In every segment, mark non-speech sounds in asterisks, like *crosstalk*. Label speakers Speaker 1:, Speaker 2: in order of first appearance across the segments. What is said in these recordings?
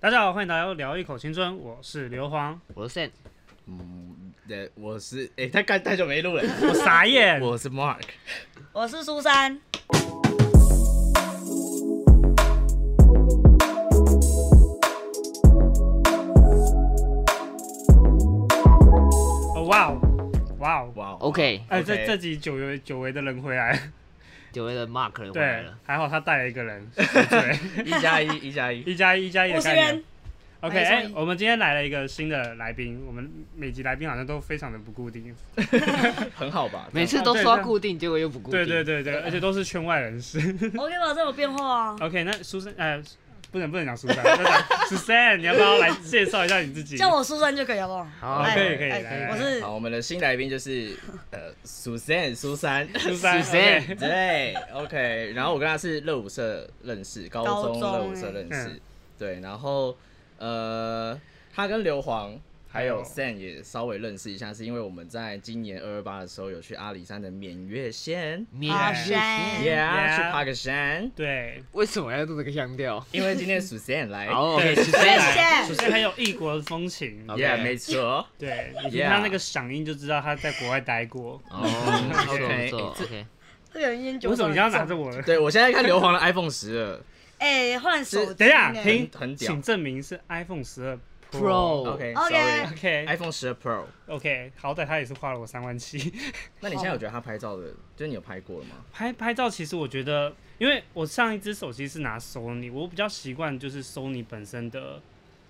Speaker 1: 大家好，欢迎来到聊一口青春，我是刘
Speaker 2: *laughs*
Speaker 1: 皇，
Speaker 2: 我是 Sam，
Speaker 3: 嗯，对，我是哎、他干太久
Speaker 1: *laughs*
Speaker 3: 没录了。
Speaker 1: 我傻眼，
Speaker 3: 我是 Mark，
Speaker 4: 我是苏珊，
Speaker 1: 哦哇哦哇哦，
Speaker 3: 哇、哦，
Speaker 2: OK，
Speaker 1: 哎，
Speaker 3: OK
Speaker 1: 这这集久违久违的人回
Speaker 2: *laughs*
Speaker 1: 来，
Speaker 2: 久违的 Mark 又回来
Speaker 1: 对
Speaker 2: 了，，
Speaker 1: 还好他带了一个
Speaker 2: *laughs*
Speaker 1: 人，对，
Speaker 3: *laughs* 一加一，一加一， *laughs*
Speaker 1: 一加一一加一
Speaker 4: 五
Speaker 1: 的
Speaker 4: 十
Speaker 1: 概念
Speaker 4: 元。。
Speaker 1: OK，
Speaker 4: 没错
Speaker 1: 哎、我们今天来了一个新的来宾，我们每集来宾好像都非常的不固定，
Speaker 3: 很好吧？
Speaker 2: 每次都说要固定，结果又不固
Speaker 1: 对
Speaker 2: 定。
Speaker 1: 对对对，而且都是圈外人
Speaker 2: *laughs*
Speaker 1: 士。
Speaker 4: OK 吧，这有变化啊。
Speaker 1: OK，那苏珊，呃，不能不能讲苏珊， *laughs* 要讲 Susan，你要不要来介绍一下你自己？
Speaker 4: 叫我苏珊就可以了，好不好？
Speaker 2: 好
Speaker 1: 好
Speaker 4: 哎
Speaker 1: 可以可以，
Speaker 4: 哎
Speaker 1: 来来
Speaker 4: 我是
Speaker 3: 好，我们的新来宾就是呃，Susan，苏珊，
Speaker 1: *laughs* 苏珊
Speaker 2: Susan
Speaker 1: ，OK
Speaker 3: 对，OK。然后我跟他是热舞社认识，高
Speaker 4: 高
Speaker 3: 中
Speaker 4: 中
Speaker 3: 热舞社认识，
Speaker 1: 嗯
Speaker 3: 对。然后呃，他跟硫磺还有
Speaker 1: 哦
Speaker 3: San 也稍微认识一下，是因为我们在今年二二八的时候有去阿里山的绵月县。
Speaker 2: 免
Speaker 4: 好
Speaker 2: 日线
Speaker 4: 嗯
Speaker 3: Yeah，
Speaker 1: Yeah
Speaker 3: 去爬个山，
Speaker 1: 对，
Speaker 2: 为什么要做这个腔调？
Speaker 3: 因为今天 Susan 来
Speaker 2: 好
Speaker 1: 对
Speaker 2: ，OK，是这样
Speaker 1: 来
Speaker 4: 谢
Speaker 1: 首
Speaker 4: 谢
Speaker 1: 先很有异国的风情，
Speaker 2: OK
Speaker 3: ，Yeah，没错。
Speaker 1: 对，你听他那个响音就知道他在国外待过。
Speaker 2: 哦， *laughs*
Speaker 3: 嗯
Speaker 2: 不错
Speaker 3: OK，
Speaker 2: 不错
Speaker 3: 这
Speaker 2: ，OK，
Speaker 4: 这个人烟酒。
Speaker 1: 为什么你要拿着？我？
Speaker 3: 对，我现在看硫磺的 iPhone 十二
Speaker 4: 哎，换手机呢。
Speaker 1: 等一下，
Speaker 3: 嘿
Speaker 1: 听，
Speaker 3: 很屌
Speaker 1: 请证明是 iPhone 十二
Speaker 2: Pro
Speaker 3: ，OK，Sorry，iPhone
Speaker 4: OK
Speaker 3: 十二 Pro。
Speaker 1: OK，好歹他也是花了我三万七。
Speaker 3: 那你现在有觉得他拍照的，就是你有拍过吗？
Speaker 1: 拍拍照其实我觉得，因为我上一只手机是拿 Sony，我比较习惯就是 Sony 本身的，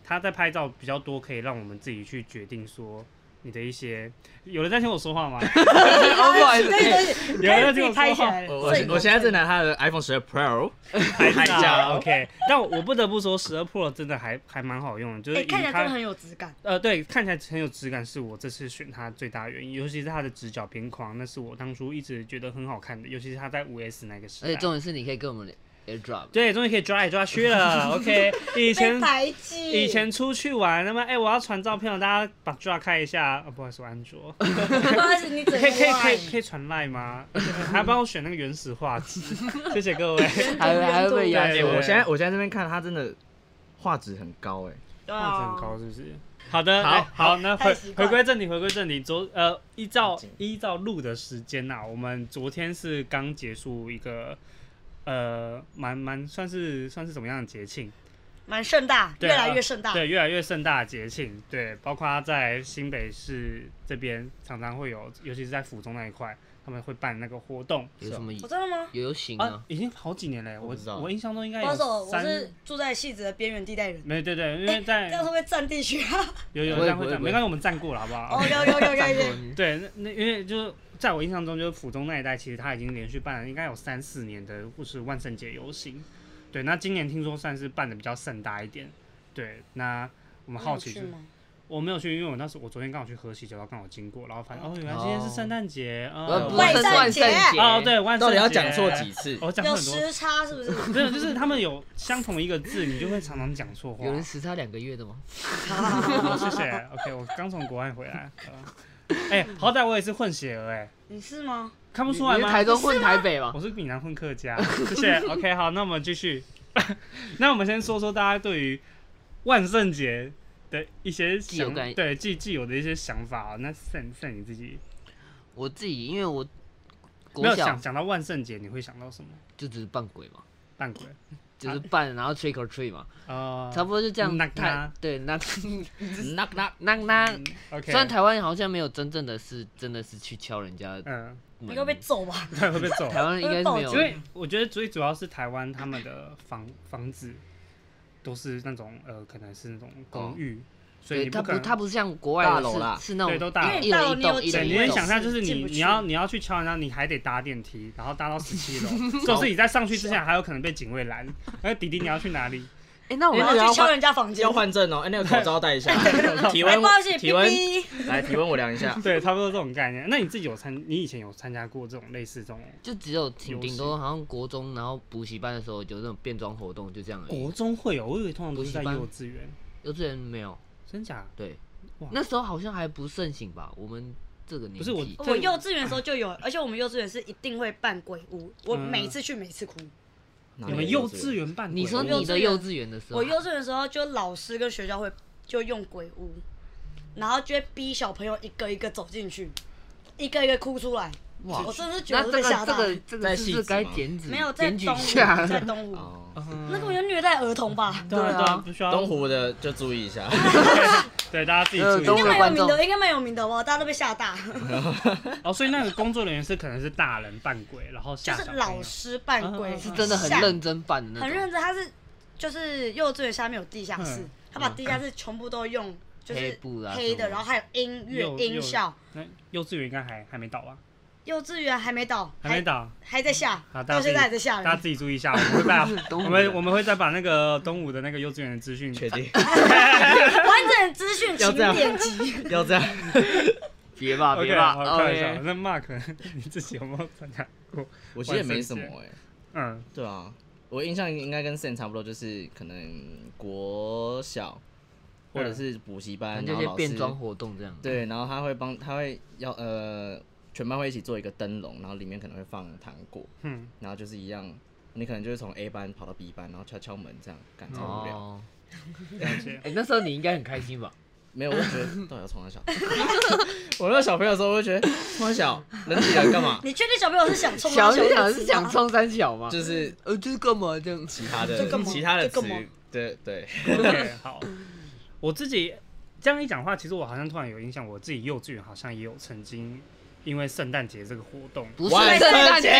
Speaker 1: 它在拍照比较多，可以让我们自己去决定说你的一些。有人在听我说
Speaker 3: *laughs*
Speaker 1: 话吗？
Speaker 2: 哦，不好意思，
Speaker 4: 可以可以
Speaker 1: 有
Speaker 4: 可
Speaker 1: 人在听
Speaker 4: 以自己
Speaker 1: 我说
Speaker 4: 拍起
Speaker 1: 话。
Speaker 4: 来。
Speaker 3: 哦我我我现在正拿他的 iPhone 十二 *laughs* Pro 拍
Speaker 1: 拍照
Speaker 3: 照
Speaker 1: OK，但我不得不说，十二 Pro 真的还还蛮好用的，就是
Speaker 4: 哎，
Speaker 1: 以
Speaker 4: 看起来真的
Speaker 1: 它
Speaker 4: 很有质感。
Speaker 1: 呃，对，看起来很有质感，是我这次选它最大的原因，尤其是它的直角边框，那是我当初一直觉得很好看的，尤其是它在五 S 那个时
Speaker 2: 而且
Speaker 1: 代。
Speaker 2: 重点是你可以跟我们 AirDrop，
Speaker 1: 对，终于可以抓来抓去
Speaker 2: *laughs*
Speaker 1: 了。OK，以前
Speaker 4: 被排挤。
Speaker 1: 以前出去玩，那么哎、我要传照片了，大家把 d r a 开一下。哦，不好意思，我安卓。
Speaker 4: 不好意思，你只
Speaker 1: 可
Speaker 4: 能
Speaker 1: 以可以可
Speaker 2: 啊
Speaker 1: 以可
Speaker 4: 以。
Speaker 1: 以传 line 吗？ *laughs* 还帮我选那个原始画质，谢谢各位。
Speaker 2: 还会还会被压
Speaker 1: 对
Speaker 3: 哎，
Speaker 2: 缩。
Speaker 3: 我现在我现在这边看他真的画质很高哎，
Speaker 4: 对
Speaker 1: 画质
Speaker 4: 啊
Speaker 1: 很高是不是？好的，
Speaker 3: 好
Speaker 1: 来好，那回
Speaker 4: 太习惯
Speaker 1: 回归正题，回归正题。昨呃，依照
Speaker 3: 紧
Speaker 1: 依照录的时间呐、我们昨天是刚结束一个呃，蛮蛮算是算是什么样的节庆？
Speaker 4: 蛮盛大，
Speaker 1: 对
Speaker 4: 越
Speaker 1: 啊
Speaker 4: 来越盛大。
Speaker 1: 对，越来越盛大的节庆，对，包括在新北市这边常常会有，尤其是在府中那一块，他们会办那个活动
Speaker 2: 有什么
Speaker 4: 我哦真的吗？
Speaker 2: 游行
Speaker 1: 啊
Speaker 2: 啊，？
Speaker 1: 已经好几年了，我
Speaker 3: 我不知道
Speaker 1: 我印象中应该
Speaker 4: 保守，
Speaker 1: 有
Speaker 4: 我
Speaker 1: 三，
Speaker 4: 是住在戏子的边缘地带人。
Speaker 1: 没有对对，因为在
Speaker 4: 这样会不会占地区啊？
Speaker 1: 有有
Speaker 2: 不会
Speaker 1: 这样
Speaker 2: 不
Speaker 1: 会
Speaker 2: 会
Speaker 1: 这样
Speaker 2: 不
Speaker 1: 没
Speaker 2: 会
Speaker 1: 关系，我们站过了好不好
Speaker 4: 哦，？有有有有有。
Speaker 1: 对，那那因为就是在我印象中，就是府中那一带，其实它已经连续办了应该有三四年的，或是万圣节游行。对，那今年听说算是办的比较盛大一点。对，那我们好奇
Speaker 4: 去
Speaker 1: 就是
Speaker 4: 吗？
Speaker 1: 我没有去，因为我那时我昨天刚好去河西酒吧，刚好经过，然后发现哦，原来今天是
Speaker 2: 哦
Speaker 1: 圣诞节啊，
Speaker 2: 呃，
Speaker 1: 哦
Speaker 2: 不
Speaker 4: 万
Speaker 2: 是
Speaker 4: 圣
Speaker 2: 万
Speaker 4: 节
Speaker 2: 圣节
Speaker 1: 哦，，对，万圣节
Speaker 3: 到底要讲错几？次？
Speaker 1: 我讲错
Speaker 4: 有
Speaker 1: 很多，
Speaker 4: 时差是不是？
Speaker 1: 没有，就是他们有相同一个字，你就会常常讲错话。
Speaker 2: 有人时差两个月的吗？
Speaker 1: 哦谢谢，OK，我刚从国外回来。好哎，好歹我也是混血儿，哎，
Speaker 4: 你是吗？
Speaker 1: 看不
Speaker 2: 你
Speaker 1: 出来
Speaker 2: 你
Speaker 1: 吗
Speaker 2: 是？台中混台北吗
Speaker 1: 我？是闽啊南混客
Speaker 2: *laughs*
Speaker 1: 家，谢谢。OK，好，那我们继续。 *laughs* 那我们先说说大家对于万圣节的一些
Speaker 2: 既有
Speaker 1: 想
Speaker 2: 概
Speaker 1: 对既既有的一些想法啊。那算算你自己，
Speaker 2: 我自己因为我
Speaker 1: 没
Speaker 2: 国
Speaker 1: 有
Speaker 2: 小
Speaker 1: 想想到万圣节，你会想到什么？
Speaker 2: 就只是扮鬼嘛，
Speaker 1: 扮鬼
Speaker 2: 就是扮然后 trick or treat 嘛，
Speaker 1: 啊，
Speaker 2: 差不多就这样
Speaker 1: 那。
Speaker 2: 太
Speaker 1: 那
Speaker 2: 对，那
Speaker 3: 那那
Speaker 2: 那那。
Speaker 1: 嗯 OK，
Speaker 2: 虽然台湾好像没有真正的是真的是去敲人家的
Speaker 1: 嗯， *laughs*
Speaker 4: 你
Speaker 2: 门，
Speaker 4: 会被揍吧？
Speaker 1: 对，会被揍。
Speaker 2: 台湾应该是没有
Speaker 1: 因，
Speaker 4: 因
Speaker 1: 为我觉得最主要是台湾他们的房房子都是那种呃，可能是那种公寓，所以
Speaker 2: 对
Speaker 1: 你
Speaker 2: 它
Speaker 1: 可
Speaker 2: 不
Speaker 1: 能
Speaker 2: 它不是像国外
Speaker 3: 大
Speaker 2: 的
Speaker 3: 楼啦
Speaker 2: 是是那
Speaker 1: 对
Speaker 2: 种
Speaker 1: 都大楼
Speaker 2: 一人一
Speaker 4: 因为大楼
Speaker 2: 栋
Speaker 4: 你
Speaker 2: 一
Speaker 4: 有
Speaker 1: 对，
Speaker 2: 人
Speaker 1: 你
Speaker 2: 一
Speaker 1: 能
Speaker 4: 进
Speaker 2: 栋
Speaker 1: 想，象就是你
Speaker 4: 进不去
Speaker 1: 你要你要去敲人家，你还得搭电梯，然后搭到十七
Speaker 2: *laughs*
Speaker 1: 楼，就是你在上去之前还有可能被警卫拦。哎，弟弟你要去哪
Speaker 2: *laughs*
Speaker 1: 里？
Speaker 2: 哎，那我
Speaker 3: 因
Speaker 2: 们
Speaker 3: 为
Speaker 4: 然
Speaker 3: 那个要
Speaker 4: 后去敲
Speaker 3: 换
Speaker 4: 人家房间
Speaker 3: 要。换证哦，哎，那个口罩戴 *laughs* 一下，体
Speaker 4: 哎
Speaker 3: 温
Speaker 4: 不好意思，
Speaker 3: 体
Speaker 4: 哔
Speaker 3: 温
Speaker 4: 哔。
Speaker 3: 来体温我量一下，
Speaker 1: 对，差不多这种概念。那你自己有参，你以前有参加过这种类似这种
Speaker 2: 就只有顶
Speaker 1: 游
Speaker 2: 顶多好像国中，然后补习班的时候有那种变装活动，就这样而已
Speaker 1: 国。中会有？我以为通常都是在
Speaker 2: 补习班
Speaker 1: 幼稚园，
Speaker 2: 幼稚园没有，
Speaker 1: 真假？
Speaker 2: 对
Speaker 1: 哇，
Speaker 2: 那时候好像还不盛行吧？我们这个年
Speaker 1: 不是我
Speaker 2: 纪，
Speaker 4: 我幼稚园的时候就有，而且我们幼稚园是一定会办鬼屋，我每次去每次哭，
Speaker 3: 哪
Speaker 1: 你们
Speaker 3: 里的
Speaker 1: 幼
Speaker 3: 园
Speaker 1: 稚园办鬼屋？
Speaker 2: 你说你的幼稚园的时候，
Speaker 4: 我幼稚园的时候，就老师跟学校会就用鬼屋，然后就会逼小朋友一个一个走进去，一个一个哭出来。
Speaker 2: 哇
Speaker 4: 我真的是觉
Speaker 2: 那这
Speaker 4: 得被
Speaker 2: 个
Speaker 4: 吓
Speaker 2: 这
Speaker 4: 到。
Speaker 2: 个这
Speaker 3: 在
Speaker 2: 个是
Speaker 3: 戏
Speaker 2: 不是
Speaker 3: 子
Speaker 2: 该
Speaker 3: 吗
Speaker 2: 检举
Speaker 4: 没有在
Speaker 2: 检举
Speaker 4: 东
Speaker 2: 一
Speaker 4: 湖，
Speaker 2: 下？
Speaker 4: 在东湖，
Speaker 3: 哦，
Speaker 4: 那个我就虐待儿童吧。
Speaker 1: 对啊，对啊，不需要
Speaker 3: 东湖的就注意一 *laughs* 下，
Speaker 1: *laughs* 对大家自己
Speaker 2: 呃
Speaker 1: 注
Speaker 2: 东
Speaker 1: 意
Speaker 4: 应
Speaker 2: 湖
Speaker 4: 该
Speaker 2: 的
Speaker 4: 蛮
Speaker 2: 观
Speaker 4: 有
Speaker 2: 众
Speaker 4: 名的，应该蛮有名的哦，大家都被吓大。
Speaker 1: 哦。所以那个工作人员是可能是大人扮鬼，然后
Speaker 4: 就
Speaker 1: 吓
Speaker 4: 是
Speaker 1: 小朋
Speaker 4: 老
Speaker 1: 友。
Speaker 4: 师扮鬼，
Speaker 1: 嗯嗯嗯
Speaker 2: 是 *laughs* 真的很
Speaker 4: 吓
Speaker 2: 认真办的那
Speaker 4: 很
Speaker 2: 种，
Speaker 4: 认真，他是就是幼稚园下面有地下室
Speaker 1: 嗯，
Speaker 4: 他把地下室全部都用就是
Speaker 2: 黑布啊
Speaker 4: 黑
Speaker 2: 什
Speaker 4: 的，
Speaker 2: 么
Speaker 4: 然后还有音乐
Speaker 1: 幼
Speaker 4: 音效。
Speaker 1: 那幼稚园应该还还没到吧？
Speaker 4: 幼稚园还没到，
Speaker 1: 还没到，
Speaker 4: 还在下
Speaker 1: 好，大家
Speaker 4: 到现在还在下
Speaker 1: 大家
Speaker 4: 人。
Speaker 1: 自己注意一下。我们会把
Speaker 2: 东
Speaker 1: 我
Speaker 2: 吴
Speaker 1: 们我们会再把那个东吴的那个幼稚园的资讯
Speaker 3: 确定
Speaker 4: 完整资讯
Speaker 3: 要
Speaker 4: 请
Speaker 3: 这样
Speaker 4: 点击。
Speaker 3: 要这样。
Speaker 2: 别吧
Speaker 1: OK，
Speaker 2: 别吧哦
Speaker 1: 好开玩笑。
Speaker 2: ，OK，
Speaker 1: 那 Mark 你自己有没有参加过？
Speaker 3: 我其实也没什么哎、
Speaker 1: 嗯，
Speaker 3: 对啊，我印象应该跟 Sen 差不多，就是可能国小或
Speaker 4: 嗯
Speaker 3: 者是补习
Speaker 2: 反
Speaker 3: 班，然
Speaker 2: 正就
Speaker 3: 后
Speaker 2: 些
Speaker 3: 老
Speaker 2: 变装
Speaker 3: 师
Speaker 2: 活动这样。
Speaker 3: 对，然后他会帮，他会要呃，全班会一起做一个灯笼，然后里面可能会放糖果，
Speaker 1: 嗯，
Speaker 3: 然后就是一样，你可能就是从 A 班跑到 B 班，然后敲敲门这样，感觉无聊。
Speaker 2: 哦，
Speaker 1: 了
Speaker 2: *laughs*
Speaker 1: 解。
Speaker 2: 哎，那时候你应该很开心吧？
Speaker 3: 没有，我就觉得到底要从哪小？ *laughs* 我那小朋友的时候，我就觉得从哪小人挤人干嘛？
Speaker 4: 你确定小朋友是想冲
Speaker 2: 想
Speaker 4: 啊？
Speaker 2: 一想
Speaker 4: 朋友
Speaker 2: 是
Speaker 4: 知道
Speaker 2: 想，冲三小吗？
Speaker 3: 就是
Speaker 2: 呃，这是干嘛这样？
Speaker 3: 其他
Speaker 4: 这干
Speaker 3: 的
Speaker 4: 嘛
Speaker 3: 其他的
Speaker 4: 这
Speaker 3: 词
Speaker 4: 干嘛，
Speaker 3: 对对，
Speaker 1: OK，好，我自己这样一讲话，其实我好像突然有印象，我自己幼稚园好像也有曾经因为圣诞节这个活动，
Speaker 2: 不是
Speaker 3: 万
Speaker 4: 啊
Speaker 2: 圣
Speaker 3: 圣
Speaker 2: 诞
Speaker 3: 节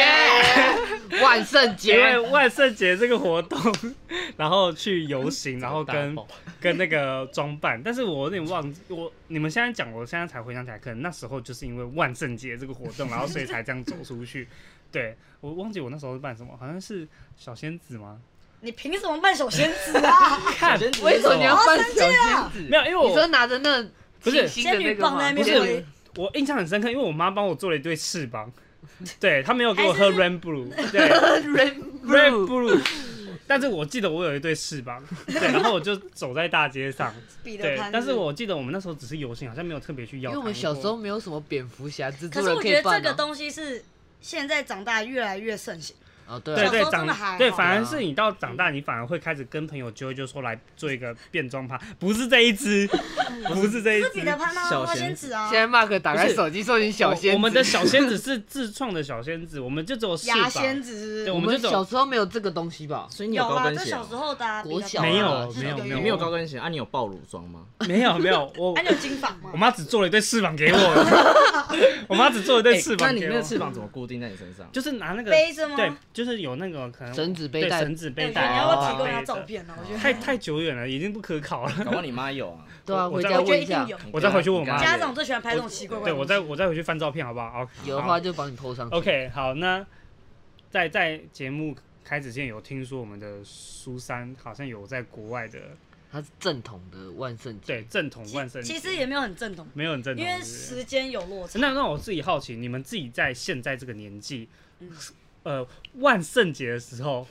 Speaker 2: 节，万圣
Speaker 1: 因为
Speaker 2: 节，
Speaker 1: 万圣节这个活动， *laughs* 然后去游行，然后跟
Speaker 3: 大爆
Speaker 1: 跟那个装扮，但是我有点忘记，我你们现在讲，我现在才回想起来，可能那时候就是因为万圣节这个活动，然后所以才这样走出去。对我忘记我那时候是扮什么，好像是小仙子吗？
Speaker 4: 你凭什么扮小仙子
Speaker 1: *laughs*
Speaker 4: 啊？
Speaker 1: 看
Speaker 3: 小仙子
Speaker 2: 为
Speaker 3: 是
Speaker 2: 什么你要
Speaker 4: 哦
Speaker 3: 啊
Speaker 2: 扮小仙子？
Speaker 1: 没有，因为
Speaker 2: 你说
Speaker 1: 我
Speaker 2: 拿着那
Speaker 1: 不是
Speaker 2: 星星的那
Speaker 4: 仙女
Speaker 2: 个
Speaker 4: 棒
Speaker 2: 吗
Speaker 4: 在那
Speaker 1: 不
Speaker 4: 边
Speaker 1: 是
Speaker 4: 挥，
Speaker 1: 我印象很深刻，因为我妈帮我做了一对翅膀，对她没有给我
Speaker 4: 还
Speaker 1: 喝
Speaker 4: 是
Speaker 1: Rain Blue，对
Speaker 4: *laughs*
Speaker 2: Rain
Speaker 1: Rain
Speaker 2: Blue
Speaker 1: Blue，但是我记得我有一对翅膀，对，然后我就走在大街
Speaker 4: *laughs*
Speaker 1: 上，
Speaker 4: 彼得
Speaker 1: 对
Speaker 4: 潘，。
Speaker 1: 但是我记得我们那时候只是游行，好像没有特别去
Speaker 2: 因
Speaker 1: 要。
Speaker 2: 为我们小时候。没有什么蝙蝠侠、蜘蛛
Speaker 4: 可是
Speaker 2: 人
Speaker 4: 我
Speaker 2: 可
Speaker 4: 觉
Speaker 2: 以
Speaker 4: 得这
Speaker 2: 扮
Speaker 4: 个
Speaker 2: 啊。
Speaker 4: 东西是现在长大越来越盛行。
Speaker 2: 哦，对
Speaker 1: 对
Speaker 2: 啊，
Speaker 1: 对，
Speaker 4: 小时候真的还
Speaker 1: 长
Speaker 4: 好
Speaker 1: 对，反而是你到长大，你反而会开始跟朋友揪一揪说来做一个变装趴，不是这一只，
Speaker 4: *laughs*
Speaker 1: 不是这一
Speaker 4: 是
Speaker 1: 只
Speaker 4: 彼。得潘吗？
Speaker 3: 小
Speaker 4: 花
Speaker 3: 仙
Speaker 4: 仙
Speaker 3: 子
Speaker 4: 子啊
Speaker 2: 现，在 Mark 打开
Speaker 1: 不是
Speaker 2: 手机搜寻小仙
Speaker 1: 我
Speaker 2: 子，
Speaker 1: 我们的小仙子是自创的小仙子，我们就只有翅
Speaker 4: 牙
Speaker 1: 膀，
Speaker 4: 仙子是不是
Speaker 1: 对
Speaker 2: 我
Speaker 1: 我们
Speaker 2: 们
Speaker 1: 这种
Speaker 2: 小时候没有这个东西吧？
Speaker 3: 所以你有啊
Speaker 4: 有
Speaker 3: 高
Speaker 4: 啦，
Speaker 3: 跟
Speaker 4: 这
Speaker 3: 鞋
Speaker 4: 小
Speaker 3: 吗
Speaker 4: 时？候的啊
Speaker 2: 国
Speaker 4: 比较
Speaker 2: 小
Speaker 4: 高
Speaker 1: 没有
Speaker 4: 啊
Speaker 1: 没有
Speaker 4: 是
Speaker 1: 没有
Speaker 3: 你没有高跟鞋啊？你有暴乳装吗？
Speaker 1: 没有没有，我
Speaker 4: 哎，你有金发吗
Speaker 1: 我？妈只做了一对翅膀给我，
Speaker 4: *laughs*
Speaker 1: 我妈只做了一对
Speaker 3: 欸
Speaker 1: 翅
Speaker 2: 哎
Speaker 3: 那
Speaker 1: 膀
Speaker 3: 你
Speaker 1: 给
Speaker 3: 那
Speaker 1: 我，
Speaker 3: 个翅膀怎么固定在你身上？
Speaker 1: 就是拿那个
Speaker 4: 背着吗？
Speaker 1: 对，就是有那个可能
Speaker 2: 绳子背
Speaker 1: 对
Speaker 2: 带
Speaker 1: 绳子
Speaker 4: 对
Speaker 1: 背
Speaker 4: 哎
Speaker 1: 带，啊
Speaker 4: 我觉得你要不要提供一下
Speaker 1: 背着
Speaker 4: 照？片啊呢？我觉得
Speaker 1: 太太久远了，已经不可考
Speaker 4: *laughs*
Speaker 1: 了。
Speaker 3: 搞不好你妈有啊？
Speaker 1: *laughs*
Speaker 2: 对啊，
Speaker 1: 我我
Speaker 2: 回家
Speaker 4: 我觉得
Speaker 2: 问一
Speaker 4: 一定
Speaker 2: 下，
Speaker 4: 有。
Speaker 1: 我再回去问我妈
Speaker 3: 你跟她
Speaker 4: 家长最喜欢拍这种奇怪
Speaker 1: 对
Speaker 4: 怪的东
Speaker 1: 我
Speaker 4: 西。
Speaker 1: 再我再回去翻照片好不好？好
Speaker 2: 有的
Speaker 1: 好
Speaker 2: 话就帮你 PO 上去。
Speaker 1: OK，好，那在在节目开始之前有听说我们的苏珊好像有在国外的
Speaker 2: 它是正统的万圣节，
Speaker 1: 对正统万圣节，
Speaker 4: 其实也没有很正统，
Speaker 1: 没有很正统，
Speaker 4: 因为
Speaker 1: 对不对
Speaker 4: 时间有落差。
Speaker 1: 那那我自己好奇，你们自己在现在这个年纪，
Speaker 4: 嗯
Speaker 1: 呃，万圣节的时候，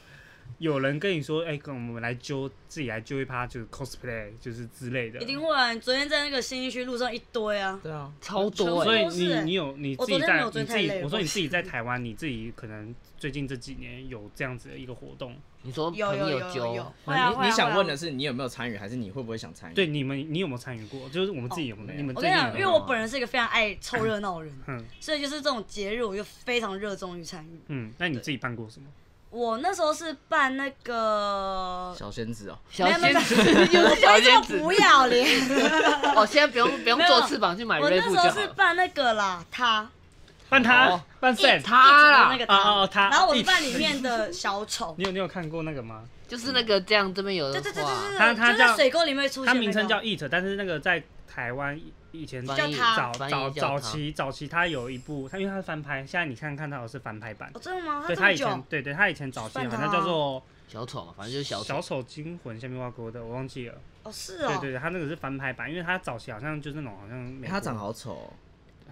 Speaker 1: 有人跟你说，哎、跟我们来揪，自己来揪一趴，就是 cosplay，就是之类的，
Speaker 4: 一定会啊！你昨天在那个新一区路上一堆啊，
Speaker 3: 对啊，
Speaker 2: 超多
Speaker 1: 所
Speaker 2: 哎。
Speaker 1: 以
Speaker 4: 都是
Speaker 1: 你
Speaker 4: 欸
Speaker 1: 你有你
Speaker 4: 我
Speaker 1: 自己
Speaker 4: 昨天没
Speaker 1: 在
Speaker 4: 有昨
Speaker 1: 你
Speaker 4: 天
Speaker 1: 自
Speaker 4: 太累
Speaker 1: 己，
Speaker 4: 了
Speaker 1: 我说你自己在台湾，你自己可能最近这几年有这样子的一个活动，
Speaker 2: 你说
Speaker 4: 有
Speaker 2: 朋友
Speaker 4: 有有有有
Speaker 2: 揪，，
Speaker 4: 会啊
Speaker 3: 你
Speaker 4: 会啊
Speaker 3: 你想问的
Speaker 4: 会啊
Speaker 3: 是你有没有参与，还是你会不会想参与？
Speaker 1: 对你们你有没有参与过？就是我们自己有没
Speaker 3: 没
Speaker 1: 有？
Speaker 3: 有
Speaker 1: 你们
Speaker 4: 哦我
Speaker 1: 最
Speaker 4: 跟你
Speaker 1: 近
Speaker 4: 讲，
Speaker 1: 有
Speaker 4: 因
Speaker 1: 没
Speaker 4: 为
Speaker 1: 有？
Speaker 4: 我本人是一个非常爱凑热闹的人，
Speaker 1: 嗯
Speaker 4: 所以就是这种节日我就非常热衷于参与。
Speaker 1: 嗯，那你自己办过什么？
Speaker 4: 我那时候是办那个，
Speaker 3: 小仙子哦，
Speaker 2: 小
Speaker 4: 没有没
Speaker 2: 仙
Speaker 4: 有
Speaker 2: 子又是小
Speaker 4: 这
Speaker 2: 仙
Speaker 4: 么
Speaker 2: 子
Speaker 4: 不要脸！
Speaker 2: *laughs* 哦，现在不用不用
Speaker 4: 没有
Speaker 2: 做翅膀去买
Speaker 4: 我
Speaker 2: 锐
Speaker 4: 那
Speaker 2: 步
Speaker 4: 时
Speaker 2: 就
Speaker 4: 候
Speaker 2: 好
Speaker 4: 是
Speaker 2: 了。
Speaker 4: 办那个啦，他
Speaker 1: 办他
Speaker 2: 哦
Speaker 1: 办
Speaker 4: 一直
Speaker 1: set，
Speaker 2: 他啦
Speaker 4: 一直的那个
Speaker 1: 哦哦哦他
Speaker 4: 然后我是扮里面的小
Speaker 1: *laughs*
Speaker 4: 丑，
Speaker 1: 你有你有看过那个吗？
Speaker 2: *laughs* 就是那个这样这边有
Speaker 4: 对
Speaker 2: 人
Speaker 4: 对对对
Speaker 2: 画，
Speaker 4: 对
Speaker 1: 他
Speaker 4: 对，
Speaker 1: 他
Speaker 4: 就
Speaker 1: 叫
Speaker 4: 在水沟里面出现那
Speaker 1: 它
Speaker 4: 个，
Speaker 1: 名称叫 Eat，但是那个在台湾以以前
Speaker 2: 翻
Speaker 4: 叫
Speaker 2: 译
Speaker 4: 他
Speaker 1: 早
Speaker 2: 翻译
Speaker 1: 早
Speaker 2: 叫
Speaker 1: 早
Speaker 2: 他
Speaker 1: 期早期它有一部，它因为它是翻拍，现在你看看它有是翻拍版。
Speaker 4: 哦，真的吗？他
Speaker 1: 对
Speaker 4: 这
Speaker 1: 它
Speaker 4: 么
Speaker 1: 以前
Speaker 4: 久，
Speaker 1: 对对它以前早期
Speaker 4: 算
Speaker 1: 好
Speaker 4: 它
Speaker 1: 像叫做
Speaker 2: 小丑嘛，反正就是小丑
Speaker 1: 小。丑惊魂》下面挖沟的，我忘记了。
Speaker 4: 哦是
Speaker 1: 对
Speaker 4: 哦
Speaker 1: 对，对，它那个是翻拍版，因为它早期好像就是那种好像美
Speaker 3: 欸他
Speaker 1: 国
Speaker 3: 长好丑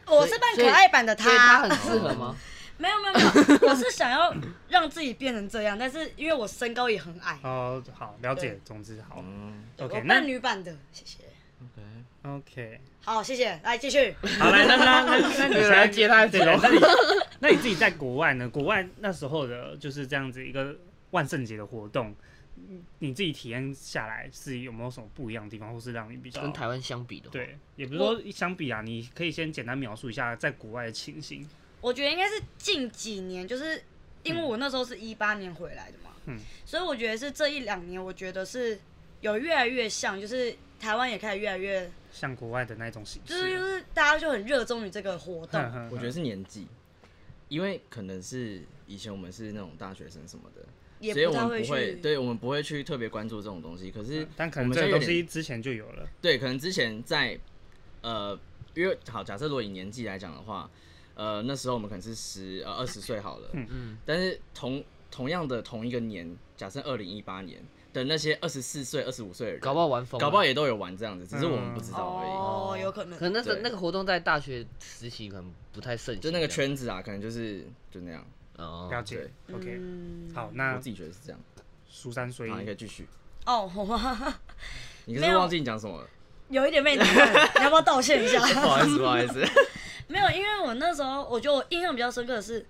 Speaker 3: 哦，
Speaker 4: 我是扮可爱版的
Speaker 2: 所以他
Speaker 4: 他
Speaker 2: 很，适合吗？
Speaker 4: 没有没有没
Speaker 2: *laughs*
Speaker 4: 有，我是想要让自己变成这样，但是因为我身高也很矮，
Speaker 1: 哦好了解
Speaker 4: 对，
Speaker 1: 总之好
Speaker 3: 嗯
Speaker 4: 对
Speaker 1: OK，
Speaker 4: 我
Speaker 1: 那
Speaker 4: 扮女版的，谢谢。
Speaker 3: ，OK，
Speaker 1: OK
Speaker 4: 好，谢谢，来
Speaker 1: *laughs*
Speaker 4: 继续。
Speaker 1: 好来那那那那你
Speaker 2: 有人
Speaker 1: 现在
Speaker 2: 来接他的
Speaker 1: 对
Speaker 2: 球
Speaker 1: 对那你那你自己在国外呢？国外那时候的就是这样子一个万圣节的活动，你自己体验下来是有没有什么不一样的地方，或是让你比较
Speaker 2: 跟台湾相比的话，
Speaker 1: 对，也不是说相比啊，你可以先简单描述一下在国外的情形。
Speaker 4: 我觉得应该是近几年，就是因为我那时候是一八年回来的嘛，
Speaker 1: 嗯
Speaker 4: 所以我觉得是这一两年，我觉得是有越来越像，就是台湾也开始越来越，
Speaker 1: 像国外的那种形式，
Speaker 4: 就是就是大家就很热衷于这个活
Speaker 1: 哼
Speaker 4: 动，
Speaker 1: 哼
Speaker 3: 我觉得是年纪，因为可能是以前我们是那种大学生什么的，
Speaker 4: 也
Speaker 3: 所以我
Speaker 4: 不太
Speaker 3: 们
Speaker 4: 会
Speaker 3: 不会，
Speaker 4: 去。
Speaker 3: 对我们不会去特别关注这种东西。可是
Speaker 1: 哼，但可
Speaker 3: 我
Speaker 1: 能
Speaker 3: 们
Speaker 1: 这
Speaker 3: 现在
Speaker 1: 个
Speaker 3: 有
Speaker 1: 东西
Speaker 3: 点
Speaker 1: 之前就有了，
Speaker 3: 对，可能之前在呃，因为好，假设如果以年纪来讲的话，呃，那时候我们可能是十呃二十岁好了，
Speaker 1: 嗯
Speaker 2: 嗯，
Speaker 3: 但是同同样的同一个年，假设二零一八年的那些二十四岁、二十五岁的人，
Speaker 2: 搞不好玩疯了，
Speaker 3: 搞不好也都有玩这样子，只是我
Speaker 1: 嗯
Speaker 3: 们不知道而已。
Speaker 4: 哦，有可能
Speaker 2: 可。能那个
Speaker 3: 对
Speaker 2: 那个活动在大学时期可能不太盛行，
Speaker 3: 就那个圈子啊，可能就是就那样。
Speaker 2: 哦，
Speaker 1: 了解。OK，、
Speaker 4: 嗯，
Speaker 1: 好，
Speaker 3: 我
Speaker 1: 那
Speaker 3: 自己觉得是这样。
Speaker 1: 苏珊，所以
Speaker 3: 好，你可以继续。
Speaker 4: 哦，我
Speaker 3: 你是不
Speaker 4: 没
Speaker 3: 是
Speaker 4: 有
Speaker 3: 忘记你讲什么了？ *laughs*
Speaker 4: 有一点被你看，你要不要道歉一下？
Speaker 3: 不好意思，不好意
Speaker 4: *laughs*
Speaker 3: 思。
Speaker 4: 没有，因为我那时候我觉得我印象比较深刻的是，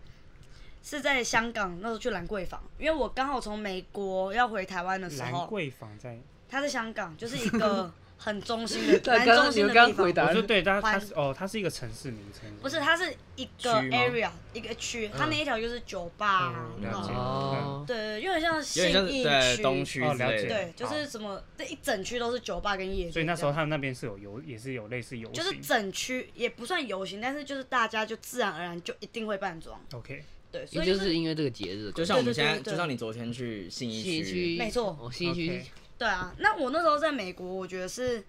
Speaker 4: 是在香港那时候去兰桂坊，因为我刚好从美国要回台湾的时
Speaker 1: 兰
Speaker 4: 候，
Speaker 1: 桂坊在，
Speaker 4: 它在香港就是一个很中心的
Speaker 2: 但
Speaker 4: 蛮
Speaker 2: 刚
Speaker 4: 中
Speaker 2: 你
Speaker 4: 心
Speaker 2: 们
Speaker 4: 的
Speaker 2: 刚
Speaker 4: 地
Speaker 2: 回
Speaker 4: 方。
Speaker 2: 答
Speaker 1: 我说对，但它
Speaker 4: 环
Speaker 1: 是哦，它是一个城市名称，
Speaker 4: 不是，它是一个
Speaker 3: 区吗
Speaker 4: area 一个区，它那一条就是酒吧啊，
Speaker 1: 嗯
Speaker 4: 然
Speaker 1: 了
Speaker 4: 后
Speaker 1: 解
Speaker 2: 哦，
Speaker 4: 对，有点像
Speaker 3: 有
Speaker 4: 信
Speaker 3: 点像是
Speaker 4: 义
Speaker 3: 对
Speaker 4: 区，
Speaker 3: 东区
Speaker 1: 哦
Speaker 3: 之
Speaker 1: 了
Speaker 3: 类
Speaker 1: 解
Speaker 3: 的。
Speaker 4: 对，就
Speaker 1: 好
Speaker 4: 是什么这一整区都是酒吧跟夜店，
Speaker 1: 所以那时候。他们那边是有游，也是有类似游行，
Speaker 4: 就是整区也不算游行，但是就是大家就自然而然就一定会扮装，
Speaker 1: OK，
Speaker 4: 对，所
Speaker 2: 也
Speaker 4: 以
Speaker 2: 就是因为这个节日的关系，
Speaker 3: 就像我们
Speaker 4: 对对
Speaker 3: 现
Speaker 4: 对
Speaker 3: 在，
Speaker 4: 对对
Speaker 3: 就像你昨天去信义
Speaker 2: 西
Speaker 3: 区，
Speaker 2: 区，
Speaker 4: 没错
Speaker 2: 哦，西区
Speaker 1: OK
Speaker 4: 对啊，那我那时候在美国，我觉得是，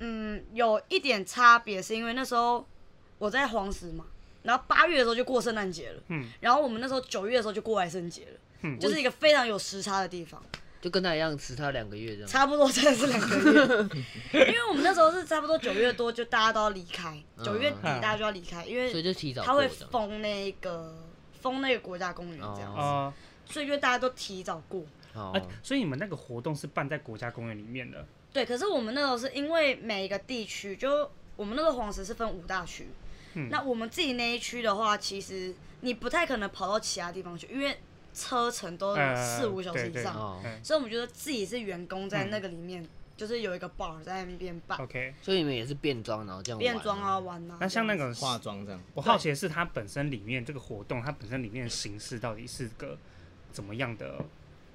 Speaker 4: 嗯，有一点差别，是因为那时候我在黄石嘛，然后八月的时候就过圣诞节了，
Speaker 1: 嗯，
Speaker 4: 然后我们那时候九月的时候就过来圣节了，
Speaker 1: 嗯
Speaker 4: 就是一个非常有时差的地方，
Speaker 2: 就跟他一样，迟他两个月这样，
Speaker 4: 差不多 *laughs* 真的是两个月， *laughs* 因为我们那时候是差不多九月多就大家都要离开，
Speaker 2: 嗯
Speaker 4: 九月底大家就要离开，因
Speaker 2: 所以
Speaker 4: 为
Speaker 2: 就提早
Speaker 4: 他
Speaker 2: 过
Speaker 4: 会
Speaker 2: 这样
Speaker 4: 封那个封那个国家公园这样，
Speaker 2: 哦
Speaker 1: 哦、
Speaker 4: 所以就大家都提早过。
Speaker 1: 啊，
Speaker 2: 哦，
Speaker 1: 所以你们那个活动是办在国家公园里面的，
Speaker 4: 对，可是我们那时候是因为每一个地区，就我们那个黄石是分五大区，
Speaker 1: 嗯
Speaker 4: 那我们自己那一区的话，其实你不太可能跑到其他地方去，因为车程都
Speaker 1: 呃
Speaker 4: 四五小时以
Speaker 1: 对对
Speaker 4: 上，
Speaker 2: 哦
Speaker 1: 嗯
Speaker 4: 所以我们觉得自己是员工在那个里面，就是有一个 bar 在那边办
Speaker 1: ，OK。
Speaker 2: 所以你们也是变装，然后这样
Speaker 4: 变
Speaker 2: 玩
Speaker 4: 装啊，玩啊。
Speaker 1: 哦那像那
Speaker 4: 这样
Speaker 1: 个
Speaker 3: 化妆这样。
Speaker 1: 我好奇的是，它本身里面这个活动，它本身里面的形式到底是个怎么样的？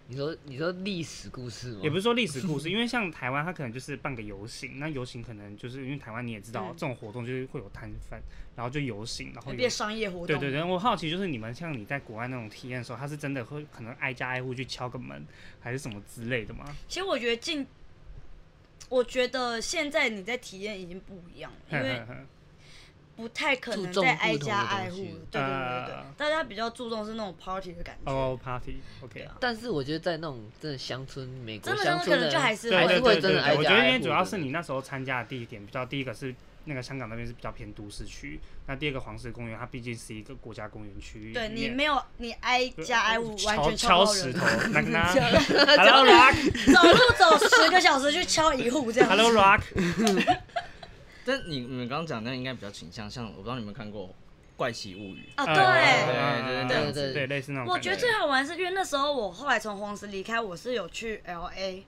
Speaker 2: 你说你说历史故事吗？
Speaker 1: 也不是说历史
Speaker 4: *laughs*
Speaker 1: 故事，因为像台湾，它可能就是办个游行，那游行可能就是因为台湾你也知道，
Speaker 4: 嗯
Speaker 1: 这种活动就是会有摊贩，然后就游行，然后
Speaker 4: 子
Speaker 1: 有
Speaker 4: 变商业活动，
Speaker 1: 对对对，我好奇就是你们像你在国外那种体验的时候，他是真的会可能挨家挨户去敲个门，还是什么之类的吗？
Speaker 4: 其实我觉得进，我觉得现在你在体验已经不一样了，因为不太可能再挨家挨户
Speaker 2: 注重不同的东西，
Speaker 4: 对对对对，
Speaker 1: 啊
Speaker 4: 大家比较注重是那种 party 的感觉。
Speaker 1: *laughs* 哦，party，OK，、
Speaker 4: 啊
Speaker 2: 但是我觉得在那种真的乡村，美国
Speaker 4: 真的
Speaker 2: 乡
Speaker 4: 乡村
Speaker 2: 村
Speaker 4: 可能就还是
Speaker 1: 对
Speaker 2: 还
Speaker 1: 对
Speaker 2: 是
Speaker 1: 对
Speaker 2: 会
Speaker 1: 对
Speaker 2: 真的挨
Speaker 1: 对，我觉
Speaker 2: 家
Speaker 1: 得因
Speaker 2: 挨
Speaker 1: 为
Speaker 2: 户
Speaker 1: 主要
Speaker 2: 的
Speaker 1: 是你那时候参加的地点比较，第一个是那个香港那边是比较偏都市区，那第二个黄石公园它毕竟是一个国家公园区域里面，呃
Speaker 4: 对你没有你挨家挨户，完
Speaker 1: 敲
Speaker 4: 全
Speaker 1: 敲
Speaker 4: 敲不到
Speaker 1: 石
Speaker 4: 人
Speaker 1: 头，那个呢 *laughs* ，Hello Rock，Hello
Speaker 4: *laughs* 走路走十个小时去敲一户这
Speaker 1: *laughs*
Speaker 4: 样。*laughs*
Speaker 1: Rock，
Speaker 3: 但你你们刚刚讲那应该比较倾向，像我不知道你们有没有看过《怪奇物语
Speaker 4: 啊，
Speaker 1: 呃
Speaker 4: 对。
Speaker 3: 对对对
Speaker 1: 对
Speaker 2: 对对
Speaker 1: 对，类似那种感，
Speaker 4: 我觉得最好玩是因为那时候我后来从黄石离开，我是有去 L A，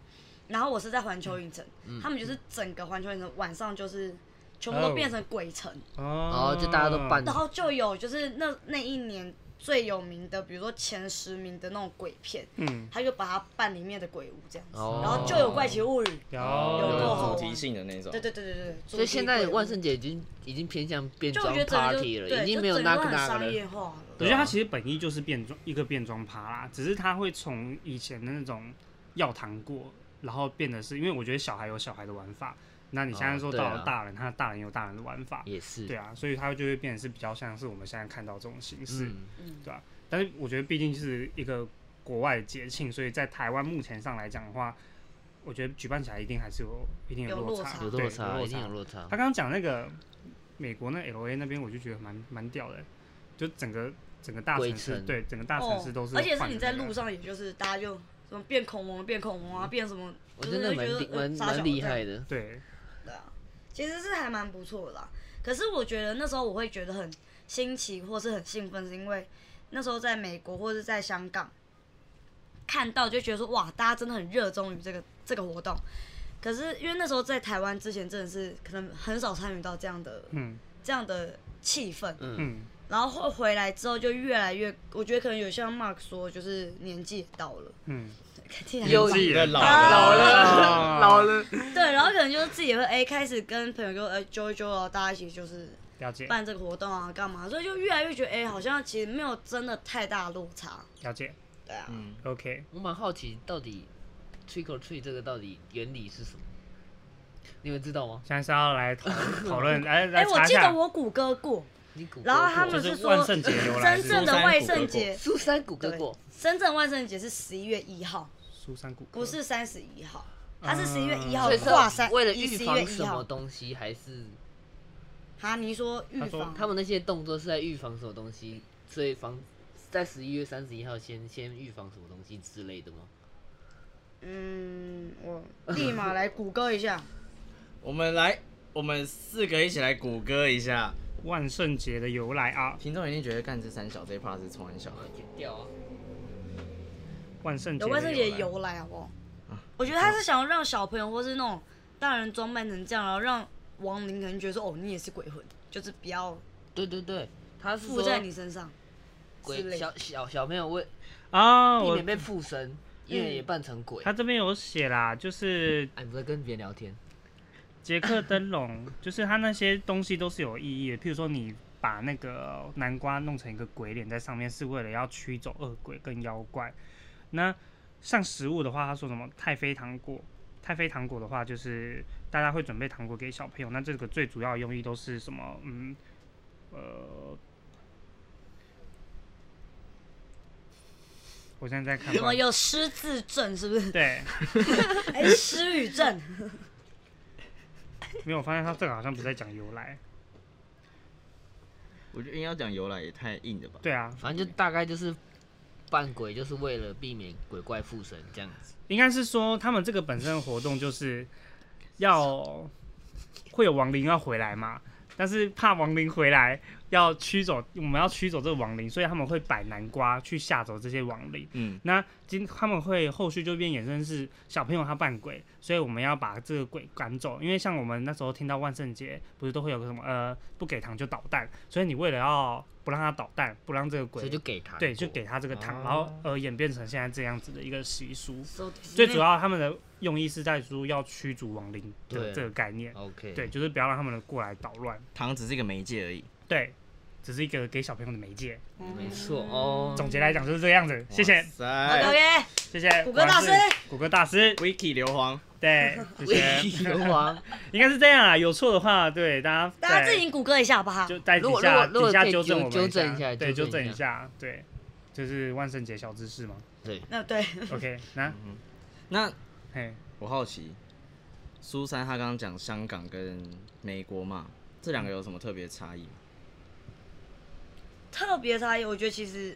Speaker 4: 然后我是在环球影城，
Speaker 2: 嗯
Speaker 4: 他们就是整个环球影城晚上就是全部都变成鬼城，
Speaker 1: 哦
Speaker 2: 哦就大家都扮
Speaker 4: 然后就有就是那那一年最有名的，比如说前十名的那种鬼片，
Speaker 1: 嗯，
Speaker 4: 他就把它扮里面的鬼屋这样子，
Speaker 2: 哦
Speaker 4: 然后就有怪奇物语，
Speaker 1: 有
Speaker 2: 有
Speaker 3: 那
Speaker 2: 有
Speaker 3: 种
Speaker 4: 有
Speaker 3: 主题性的那种。
Speaker 4: 对对对对对对。
Speaker 2: 所以现在万
Speaker 4: 节，
Speaker 2: 圣节已经已经偏向变
Speaker 4: 就我
Speaker 2: 装
Speaker 4: 觉得整个就
Speaker 2: party 了，
Speaker 4: 对，
Speaker 2: 已经
Speaker 4: 就
Speaker 2: 没有
Speaker 4: 整个
Speaker 2: 那
Speaker 4: 都
Speaker 2: 个
Speaker 4: 很
Speaker 2: 那
Speaker 4: 商
Speaker 2: 个
Speaker 4: 业
Speaker 2: 了。
Speaker 4: 化了。
Speaker 1: 我觉得它其实本意就是变装一个变装趴啦，只是它会从以前的那种药糖果，然后变得是因为我觉得小孩有小孩的玩法，那你现在
Speaker 2: 哦
Speaker 1: 说
Speaker 2: 对
Speaker 1: 到
Speaker 2: 啊
Speaker 1: 了大人，他大人有大人的玩法，
Speaker 2: 也是，
Speaker 1: 对啊，所以它就会变得是比较像是我们现在看到这种形式，
Speaker 2: 嗯，
Speaker 1: 对啊。但是我觉得毕竟是一个国外的节庆，所以在台湾目前上来讲的话，我觉得举办起来一定还是有一定
Speaker 4: 有
Speaker 1: 有
Speaker 4: 落
Speaker 1: 落差，
Speaker 4: 差
Speaker 2: 有
Speaker 1: 对
Speaker 2: 落差，
Speaker 1: 有
Speaker 2: 一定有落差
Speaker 1: 他。刚刚讲那个美国那 L A 那边，我就觉得蛮蛮屌的、就整个整个大城
Speaker 2: 鬼
Speaker 1: 市，
Speaker 2: 城
Speaker 1: 对整个大城
Speaker 4: 哦
Speaker 1: 市都是、
Speaker 4: 而且是你在路，上，也就是大家就什么变恐龙、变恐龙啊，变什么，
Speaker 2: 嗯我
Speaker 4: 就
Speaker 2: 真
Speaker 4: 是
Speaker 2: 的
Speaker 4: 会觉
Speaker 2: 蛮
Speaker 4: 得
Speaker 2: 厉
Speaker 4: 呃
Speaker 2: 蛮
Speaker 4: 傻小
Speaker 2: 蛮
Speaker 4: 子
Speaker 2: 厉
Speaker 4: 这样
Speaker 2: 害的，
Speaker 1: 对，
Speaker 4: 对啊，其实是还蛮不错的啦。可是我觉得那时候我会觉得很新奇或是很兴奋，是因为那时候在美国或是在香港，看到，就觉得说哇，大家真的很热衷于这个这个活动。可是因为那时候在台湾之前，真的是可能很少参与到这样的
Speaker 1: 嗯
Speaker 4: 这样的气氛，
Speaker 1: 嗯，
Speaker 4: 然后后回来之后就越来越，我觉得可能有像 Mark 说，就是年纪也到了， *laughs*
Speaker 1: 嗯，
Speaker 4: 听起来
Speaker 2: 有
Speaker 4: 很
Speaker 2: 自己
Speaker 3: 的老
Speaker 1: 啊
Speaker 4: 老
Speaker 1: 了老
Speaker 2: 了，
Speaker 4: 对，然后可能就是自己会哎、开始跟朋友就哎揪一揪啊，大家一起就是
Speaker 1: 了解
Speaker 4: 办这个活动啊，干嘛，所以就越来越觉得哎、好像其实没有真的太大落差，
Speaker 1: 了解
Speaker 4: 对啊，
Speaker 3: 嗯，
Speaker 1: ，OK，
Speaker 2: 我蛮好奇到底 trick or treat 这个到底原理是什么？你们知道吗？
Speaker 1: 现在是要来讨讨论，来
Speaker 4: 哎、
Speaker 1: 来
Speaker 4: 我
Speaker 1: 查一
Speaker 4: 记得
Speaker 1: 下，
Speaker 4: 我谷歌过，
Speaker 2: 你谷歌
Speaker 4: 然后
Speaker 2: 过
Speaker 4: 他们
Speaker 1: 就是
Speaker 4: 说
Speaker 1: 万圣节浏览
Speaker 4: *laughs* 真
Speaker 1: 日
Speaker 4: 正的万圣节，
Speaker 2: 苏珊谷歌
Speaker 4: 对
Speaker 2: 过，
Speaker 4: 真正万圣节是十一月一号，
Speaker 1: 苏珊谷歌
Speaker 4: 不是三十一号，它是十一月一
Speaker 1: 嗯
Speaker 4: 号
Speaker 2: 所以
Speaker 4: 跨
Speaker 2: 是
Speaker 4: 三，
Speaker 2: 为了
Speaker 4: 一
Speaker 2: 预
Speaker 4: 十一月
Speaker 2: 防
Speaker 4: 一
Speaker 2: 什么
Speaker 4: 号。
Speaker 2: 东西，还是
Speaker 4: 哈，你说预
Speaker 1: 他说
Speaker 4: 防
Speaker 2: 他们那些动作是在预防什么东西？所以防在十一月三十一号先先预防什么东西之类的吗？
Speaker 4: 嗯，我立马来谷歌一下。
Speaker 3: 我们来，我们四个一起来谷歌一下。
Speaker 1: 万圣节的由来啊，
Speaker 3: 听众一定觉得干这三小这一 part 是从很小的，
Speaker 2: 剪掉啊！
Speaker 1: 万圣节
Speaker 4: 有
Speaker 1: 的啊
Speaker 4: 万圣节
Speaker 1: 来
Speaker 4: 由来好不好？我觉得他是想要让小朋友或是那种大人装扮成这样，然后让亡灵可能觉得说哦，你也是鬼魂，就是不要
Speaker 2: 对对对，他是
Speaker 4: 附
Speaker 2: 说
Speaker 4: 在你身上之
Speaker 2: 鬼
Speaker 4: 类的。
Speaker 2: 小小小朋友为
Speaker 1: 啊，
Speaker 2: 避
Speaker 1: 我
Speaker 2: 免被附身，因为也扮成鬼。
Speaker 4: 嗯
Speaker 1: 他这边有写啦，就是
Speaker 2: 哎，不在跟别人聊天，
Speaker 1: 杰克灯笼， *laughs* 就是它那些东西都是有意义的。譬如说，你把那个南瓜弄成一个鬼脸在上面，是为了要驱走恶鬼跟妖怪。那像食物的话，他说什么太妃糖果？太妃糖果的话，就是大家会准备糖果给小朋友。那这个最主要的用意都是什么？嗯，呃，我现在在看
Speaker 4: 什
Speaker 1: 吗
Speaker 4: 么？有失智症
Speaker 1: *laughs*
Speaker 4: 是不是？
Speaker 1: 对，
Speaker 4: 哎，失语症。
Speaker 1: 没有我发现他这个好像不在讲由来。
Speaker 3: 我觉得应该要讲由来也太硬了吧？
Speaker 1: 对啊，
Speaker 2: 反正就大概就是扮鬼，就是为了避免鬼怪附身这样子。
Speaker 1: 应该是说他们这个本身的活动就是要会有亡灵要回来嘛，但是怕亡灵回来要驱走，我们要驱走这个亡灵，所以他们会摆南瓜去吓走这些亡灵。
Speaker 3: 嗯，
Speaker 1: 那今他们会后续就变衍生是小朋友他扮鬼，所以我们要把这个鬼赶走。因为像我们那时候听到万圣节，不是都会有个什么呃不给糖就捣蛋，所以你为了要不让他捣蛋，不让这个
Speaker 2: 所
Speaker 1: 鬼
Speaker 2: 以就给他
Speaker 1: 对就给他这个糖，然后而演变成现在这样子的一个习俗。最
Speaker 4: 最
Speaker 1: 主要他们的用意是在说要驱逐亡灵的
Speaker 2: 对
Speaker 1: 这个概念，
Speaker 2: OK
Speaker 1: 哦对，就是不要让他们过来捣乱，
Speaker 3: 糖只是一个媒介而已。
Speaker 1: 对，嗯只是一个给小朋友的媒介。
Speaker 2: 没错哦。
Speaker 1: 总结来讲就是这样子，谢谢，
Speaker 4: OK
Speaker 3: 塞
Speaker 4: OK，
Speaker 1: 谢谢
Speaker 4: 谷歌大师，
Speaker 1: 谷歌大师，
Speaker 3: ，Wiki 硫磺，
Speaker 1: 对， *laughs* 谢谢，
Speaker 2: *laughs* 流氓，
Speaker 1: 应该是这样啊，有错的话，对大家
Speaker 4: 大家
Speaker 1: 在
Speaker 4: 自行谷歌一下好不好？
Speaker 1: 就在
Speaker 2: 如
Speaker 1: 底
Speaker 2: 果
Speaker 1: 下
Speaker 2: 如果
Speaker 1: 底
Speaker 2: 如果
Speaker 1: 下
Speaker 2: 可以
Speaker 1: 纠正
Speaker 2: 纠
Speaker 1: 我们
Speaker 2: 纠正一下
Speaker 1: 对，
Speaker 2: 纠
Speaker 1: 纠
Speaker 2: 正
Speaker 1: 正
Speaker 2: 一
Speaker 1: 一下，对，就是万圣节小知
Speaker 4: *laughs*
Speaker 1: 识嘛。
Speaker 2: 对，
Speaker 4: 那对，
Speaker 1: OK，那
Speaker 3: 那
Speaker 1: 嘿，
Speaker 4: 哦
Speaker 3: 我好奇，苏珊她刚刚讲香港跟美国嘛，这两个有什么特别差异吗？
Speaker 4: 特别差异，我觉得其实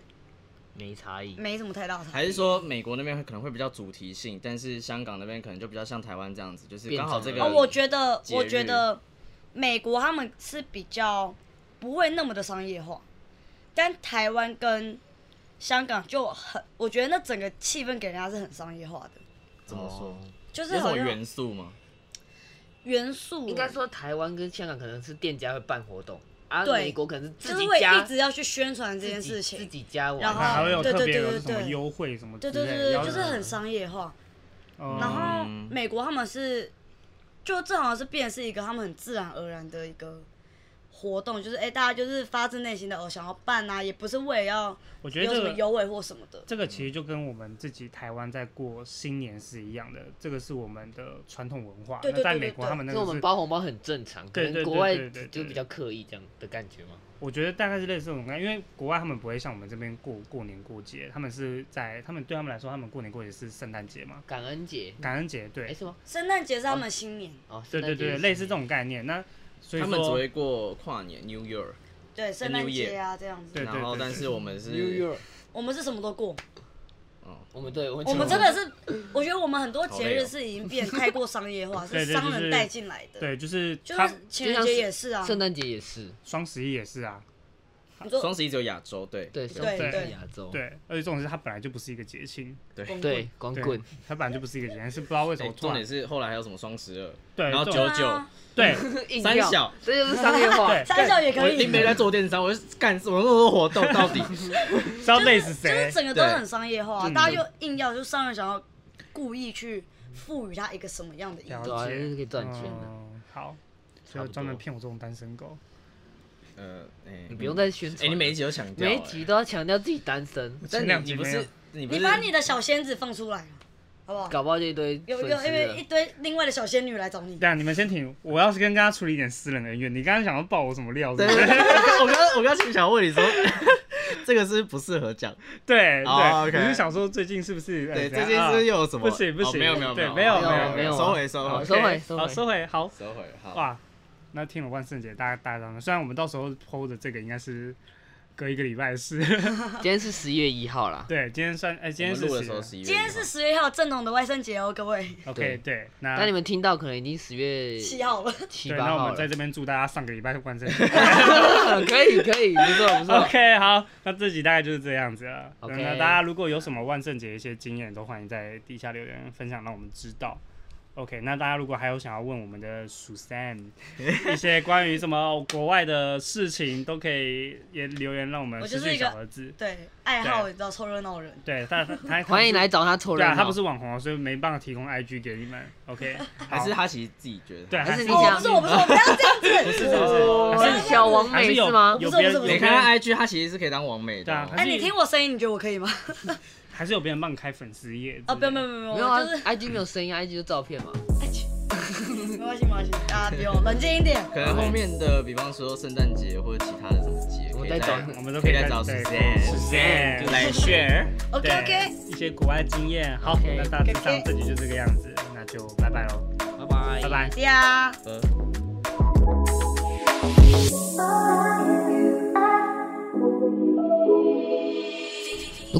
Speaker 2: 没差异。
Speaker 4: 没什么太大差异。
Speaker 3: 还是说美国那边会可能会比较主题性，但是香港那边可能就比较像台湾这样子，就是刚好这
Speaker 2: 变
Speaker 3: 个
Speaker 2: 种
Speaker 4: 哦，我觉得，
Speaker 3: 节
Speaker 4: 我觉
Speaker 3: 日
Speaker 4: 得美国他们是比较不会那么的商业化，但台湾跟香港就很，我觉得那整个气氛给人家是很商业化的，
Speaker 3: 怎么说？
Speaker 2: 哦
Speaker 4: 就
Speaker 3: 有
Speaker 4: 是
Speaker 3: 什
Speaker 4: 好
Speaker 3: 么
Speaker 4: 像
Speaker 3: 元素吗？
Speaker 4: 元素
Speaker 2: 应该说台湾跟香港可能是店家会办活动，而
Speaker 4: 对
Speaker 2: 美国可能是自
Speaker 4: 就是
Speaker 2: 己
Speaker 4: 会
Speaker 2: 家
Speaker 4: 一直要去宣传这件
Speaker 2: 自己自
Speaker 4: 事情，
Speaker 2: 己家玩，啊
Speaker 4: 然后
Speaker 1: 还会有
Speaker 4: 对
Speaker 1: 特
Speaker 4: 对
Speaker 1: 别
Speaker 4: 对
Speaker 1: 有
Speaker 4: 对
Speaker 1: 什么
Speaker 4: 对
Speaker 1: 优惠什么之
Speaker 4: 对
Speaker 1: 类的，
Speaker 4: 对对
Speaker 1: 要
Speaker 4: 对，就是
Speaker 1: 让
Speaker 4: 很商业化。
Speaker 1: 哦
Speaker 4: 然后
Speaker 3: 嗯
Speaker 4: 美国他们是，就这好像是变成是一个他们很自然而然的一个活动，就是哎、大家就是发自内心的哦想要办啊，也不是为了要
Speaker 1: 我觉得
Speaker 4: 有
Speaker 1: 这
Speaker 4: 什么
Speaker 1: 个
Speaker 4: 优惠或什么的。
Speaker 1: 这个其实就跟我们自己台湾在过新年是一样的，这个是我们的传统文化。
Speaker 4: 对
Speaker 1: 那
Speaker 4: 对
Speaker 1: 在
Speaker 4: 对对
Speaker 1: 美国
Speaker 4: 对
Speaker 1: 他们那
Speaker 2: 所以我
Speaker 1: 个
Speaker 2: 们
Speaker 1: 是，
Speaker 2: 包红包很正常，可
Speaker 1: 对对
Speaker 2: 能国
Speaker 1: 对
Speaker 2: 外
Speaker 1: 对对对
Speaker 2: 就比较刻意这样的感觉嘛。
Speaker 1: 我觉得大概是类似我们刚，因为国外他们不会像我们这边过过年过节，他们是在他们对他们来说，他们过年过节是圣诞节嘛，
Speaker 2: 感恩节，
Speaker 1: 感恩节
Speaker 2: 哎
Speaker 1: 对，
Speaker 2: 什么？
Speaker 4: 圣诞节是他们新年，
Speaker 2: 哦，
Speaker 1: 对对
Speaker 2: 圣诞节
Speaker 1: 对，
Speaker 2: 是
Speaker 1: 类似这种概念。那所以
Speaker 3: 他们只
Speaker 1: 说，
Speaker 3: 会过跨年 New Year，
Speaker 4: 对，圣诞节啊这样子。
Speaker 1: 对对
Speaker 3: 然后
Speaker 1: 对
Speaker 3: 但是我们
Speaker 2: New Year，
Speaker 3: 是，
Speaker 2: York，
Speaker 4: 我们是什么都过，
Speaker 3: 哦，
Speaker 2: 我们对，我
Speaker 4: 我们真的是，我觉得我们很多
Speaker 3: 好
Speaker 4: 节
Speaker 3: 累
Speaker 4: 日
Speaker 3: 哦
Speaker 4: 是已经变太过商业化，
Speaker 1: 对
Speaker 4: 是
Speaker 1: 哦对
Speaker 4: 商
Speaker 1: 就
Speaker 4: 人
Speaker 1: 是
Speaker 4: 带进来的。
Speaker 1: 对，就是
Speaker 4: 就
Speaker 1: 他
Speaker 4: 是情人节也是啊，
Speaker 2: 圣诞节也是，
Speaker 1: 双十一也是啊，
Speaker 4: 你说
Speaker 3: 双十一只有亚洲，对
Speaker 2: 对，
Speaker 3: 对
Speaker 2: 相信
Speaker 4: 对
Speaker 2: 是亚
Speaker 3: 哦
Speaker 2: 洲，
Speaker 1: 对，而且重点是它本来就不是一个节庆，
Speaker 4: 光棍
Speaker 2: 对，光
Speaker 1: 对
Speaker 2: 棍，
Speaker 4: *laughs*
Speaker 1: 它本来就不是一个节庆，是不知道为什
Speaker 3: 哎
Speaker 1: 么突
Speaker 3: 重
Speaker 1: 然
Speaker 3: 点是后来还有什么双十二，
Speaker 1: 对，
Speaker 3: 然后
Speaker 1: 重
Speaker 3: 九
Speaker 1: 点
Speaker 4: 对
Speaker 3: 九
Speaker 4: 啊
Speaker 1: 对
Speaker 3: *laughs*
Speaker 2: 硬
Speaker 3: 三
Speaker 2: 要
Speaker 3: 小，
Speaker 2: 这就是商业化，
Speaker 1: 对
Speaker 4: 三小也
Speaker 3: 我
Speaker 4: 可
Speaker 3: 一
Speaker 4: 以
Speaker 3: 定，没在做电商，我是干什么那么多活动到底？
Speaker 1: 是要累死
Speaker 4: 就是
Speaker 1: 谁？
Speaker 4: 整个都很商业化，
Speaker 3: 对
Speaker 4: 大家就硬要就商人想要故意去赋予它一个什么样的意义
Speaker 1: 了。
Speaker 2: 对啊
Speaker 1: 解，
Speaker 2: 就是可以赚钱的
Speaker 1: 哦好，
Speaker 2: 差
Speaker 1: 就
Speaker 2: 不多
Speaker 1: 专门骗我这种单身狗。
Speaker 3: 呃，哎，
Speaker 2: 你不用再宣
Speaker 3: 哎，
Speaker 2: 传了，
Speaker 3: 你每一集都强调，
Speaker 2: 每一集都要强调自己单身，
Speaker 3: 哎，但
Speaker 1: 前两
Speaker 3: 你
Speaker 1: 集
Speaker 3: 你不
Speaker 1: 没有
Speaker 3: 是你不
Speaker 4: 你
Speaker 3: 是
Speaker 4: 把你的小仙子放出来，好不好？
Speaker 2: 搞不好就一堆
Speaker 4: 有
Speaker 2: 粉
Speaker 4: 有，
Speaker 2: 丝
Speaker 4: 因为
Speaker 2: 了
Speaker 4: 一堆另外的小仙女来找你。
Speaker 1: 对啊，你们先停，我要是跟大家处理一点私人恩怨，你刚刚想要爆我什么料是
Speaker 3: 对
Speaker 1: 不是？
Speaker 3: *laughs* 对对，我刚我刚其实想问你说，这个是不适合讲。
Speaker 1: 对
Speaker 3: 哦
Speaker 1: 对，
Speaker 3: ，OK
Speaker 1: 你是想说最近是不是？呃
Speaker 3: 对，
Speaker 1: 怎样
Speaker 3: 这件事
Speaker 1: 啊
Speaker 3: 又有什
Speaker 1: 不
Speaker 3: 么？
Speaker 1: 行不
Speaker 3: 哦
Speaker 1: 行
Speaker 3: 没有没有
Speaker 1: 对
Speaker 3: 有
Speaker 1: 没
Speaker 3: 没
Speaker 1: 有
Speaker 2: 没有没有
Speaker 3: 收回
Speaker 2: 啊
Speaker 3: 收
Speaker 2: 好
Speaker 3: 回
Speaker 2: 收回
Speaker 1: OK，
Speaker 2: 收
Speaker 1: 好
Speaker 2: 回
Speaker 1: 收回好
Speaker 3: 收回好。
Speaker 1: 哇，那听了万圣节大家大家当，虽然我们到时候 PO 的这个应该是隔一个礼拜的事， *laughs*
Speaker 2: 今天是十一月一号啦，
Speaker 1: 对，今天算哎、今天
Speaker 3: 我
Speaker 1: 是
Speaker 3: 们录的
Speaker 1: 10
Speaker 3: 时候十一月一号，
Speaker 4: 今天是十月一号，正统的万圣节哦，各位，
Speaker 1: OK
Speaker 2: 对
Speaker 1: 对，那
Speaker 2: 那你们听到可能已经十月
Speaker 4: *laughs* 七啊号了。
Speaker 2: 七
Speaker 1: 啊对，
Speaker 2: 八
Speaker 1: 那我
Speaker 2: 号
Speaker 1: 们在
Speaker 2: 了，
Speaker 1: 这边祝大家上个礼拜万圣节
Speaker 2: *laughs* 可以可以，不错不错，
Speaker 1: *laughs* OK 好，那这集大概就是这样子了。
Speaker 2: OK
Speaker 1: 那大家如果有什么万圣节一些经验，都欢迎在底下留言分享，让我们知道。OK，那大家如果还有想要问我们的蜀三一些关于什么国外的事情，都可以也留言让我们
Speaker 4: 我就
Speaker 1: 私
Speaker 4: 是
Speaker 1: 讯
Speaker 4: 一个
Speaker 1: 小盒子。
Speaker 4: 对，爱好你知道凑热闹的人，
Speaker 1: 对，他他他
Speaker 2: 欢迎来哦找他凑热
Speaker 1: 对啊，
Speaker 2: 闹，
Speaker 1: 他不是网红啊，所以没办法提供 IG 给你们。OK，
Speaker 3: 还是他其实自己觉得
Speaker 1: 对，
Speaker 3: 他
Speaker 1: 还是
Speaker 2: 还是
Speaker 4: 哦，我不是我不是，我不要这样子，
Speaker 1: 是不是
Speaker 2: 哦
Speaker 1: 还是
Speaker 2: 是小王
Speaker 1: 还
Speaker 2: 美
Speaker 1: 是有
Speaker 2: 吗？
Speaker 1: 有
Speaker 4: 不是
Speaker 1: 别人
Speaker 4: 不
Speaker 1: 有
Speaker 4: 是不是
Speaker 1: 别
Speaker 3: 你看
Speaker 1: 人
Speaker 3: 他 IG，他其实是可以当王美的
Speaker 1: 对啊
Speaker 3: 哦。
Speaker 1: 他
Speaker 4: 哎，你听我声音，你觉得我可以吗？ *laughs*
Speaker 1: 还是有别人帮你开粉丝页之类的。
Speaker 4: 哦，不用不用不用
Speaker 2: 没有
Speaker 4: 不用，
Speaker 2: 啊
Speaker 4: 我就是 *laughs*
Speaker 2: ，IG 没有声音，IG 就照片嘛。
Speaker 4: 哎切没关系没关系，大家不用冷静一点。
Speaker 3: 可能后面的，比方说圣诞节或者其他的什么节，
Speaker 2: 我
Speaker 3: 可
Speaker 2: 们再
Speaker 3: 以
Speaker 2: 找
Speaker 1: 我们都
Speaker 3: 可以
Speaker 1: 再
Speaker 3: 再找
Speaker 1: 对
Speaker 3: Suzanne
Speaker 1: ，Suzanne
Speaker 3: 就来 share。
Speaker 4: OK
Speaker 1: 对
Speaker 4: OK，
Speaker 1: 一些国外经验。好
Speaker 2: OK，
Speaker 1: 那大致上
Speaker 4: OK，OK
Speaker 1: 这集就这个样子，那就拜拜喽，
Speaker 2: 拜拜
Speaker 1: 拜拜。
Speaker 4: See ya。
Speaker 3: 呃
Speaker 2: 如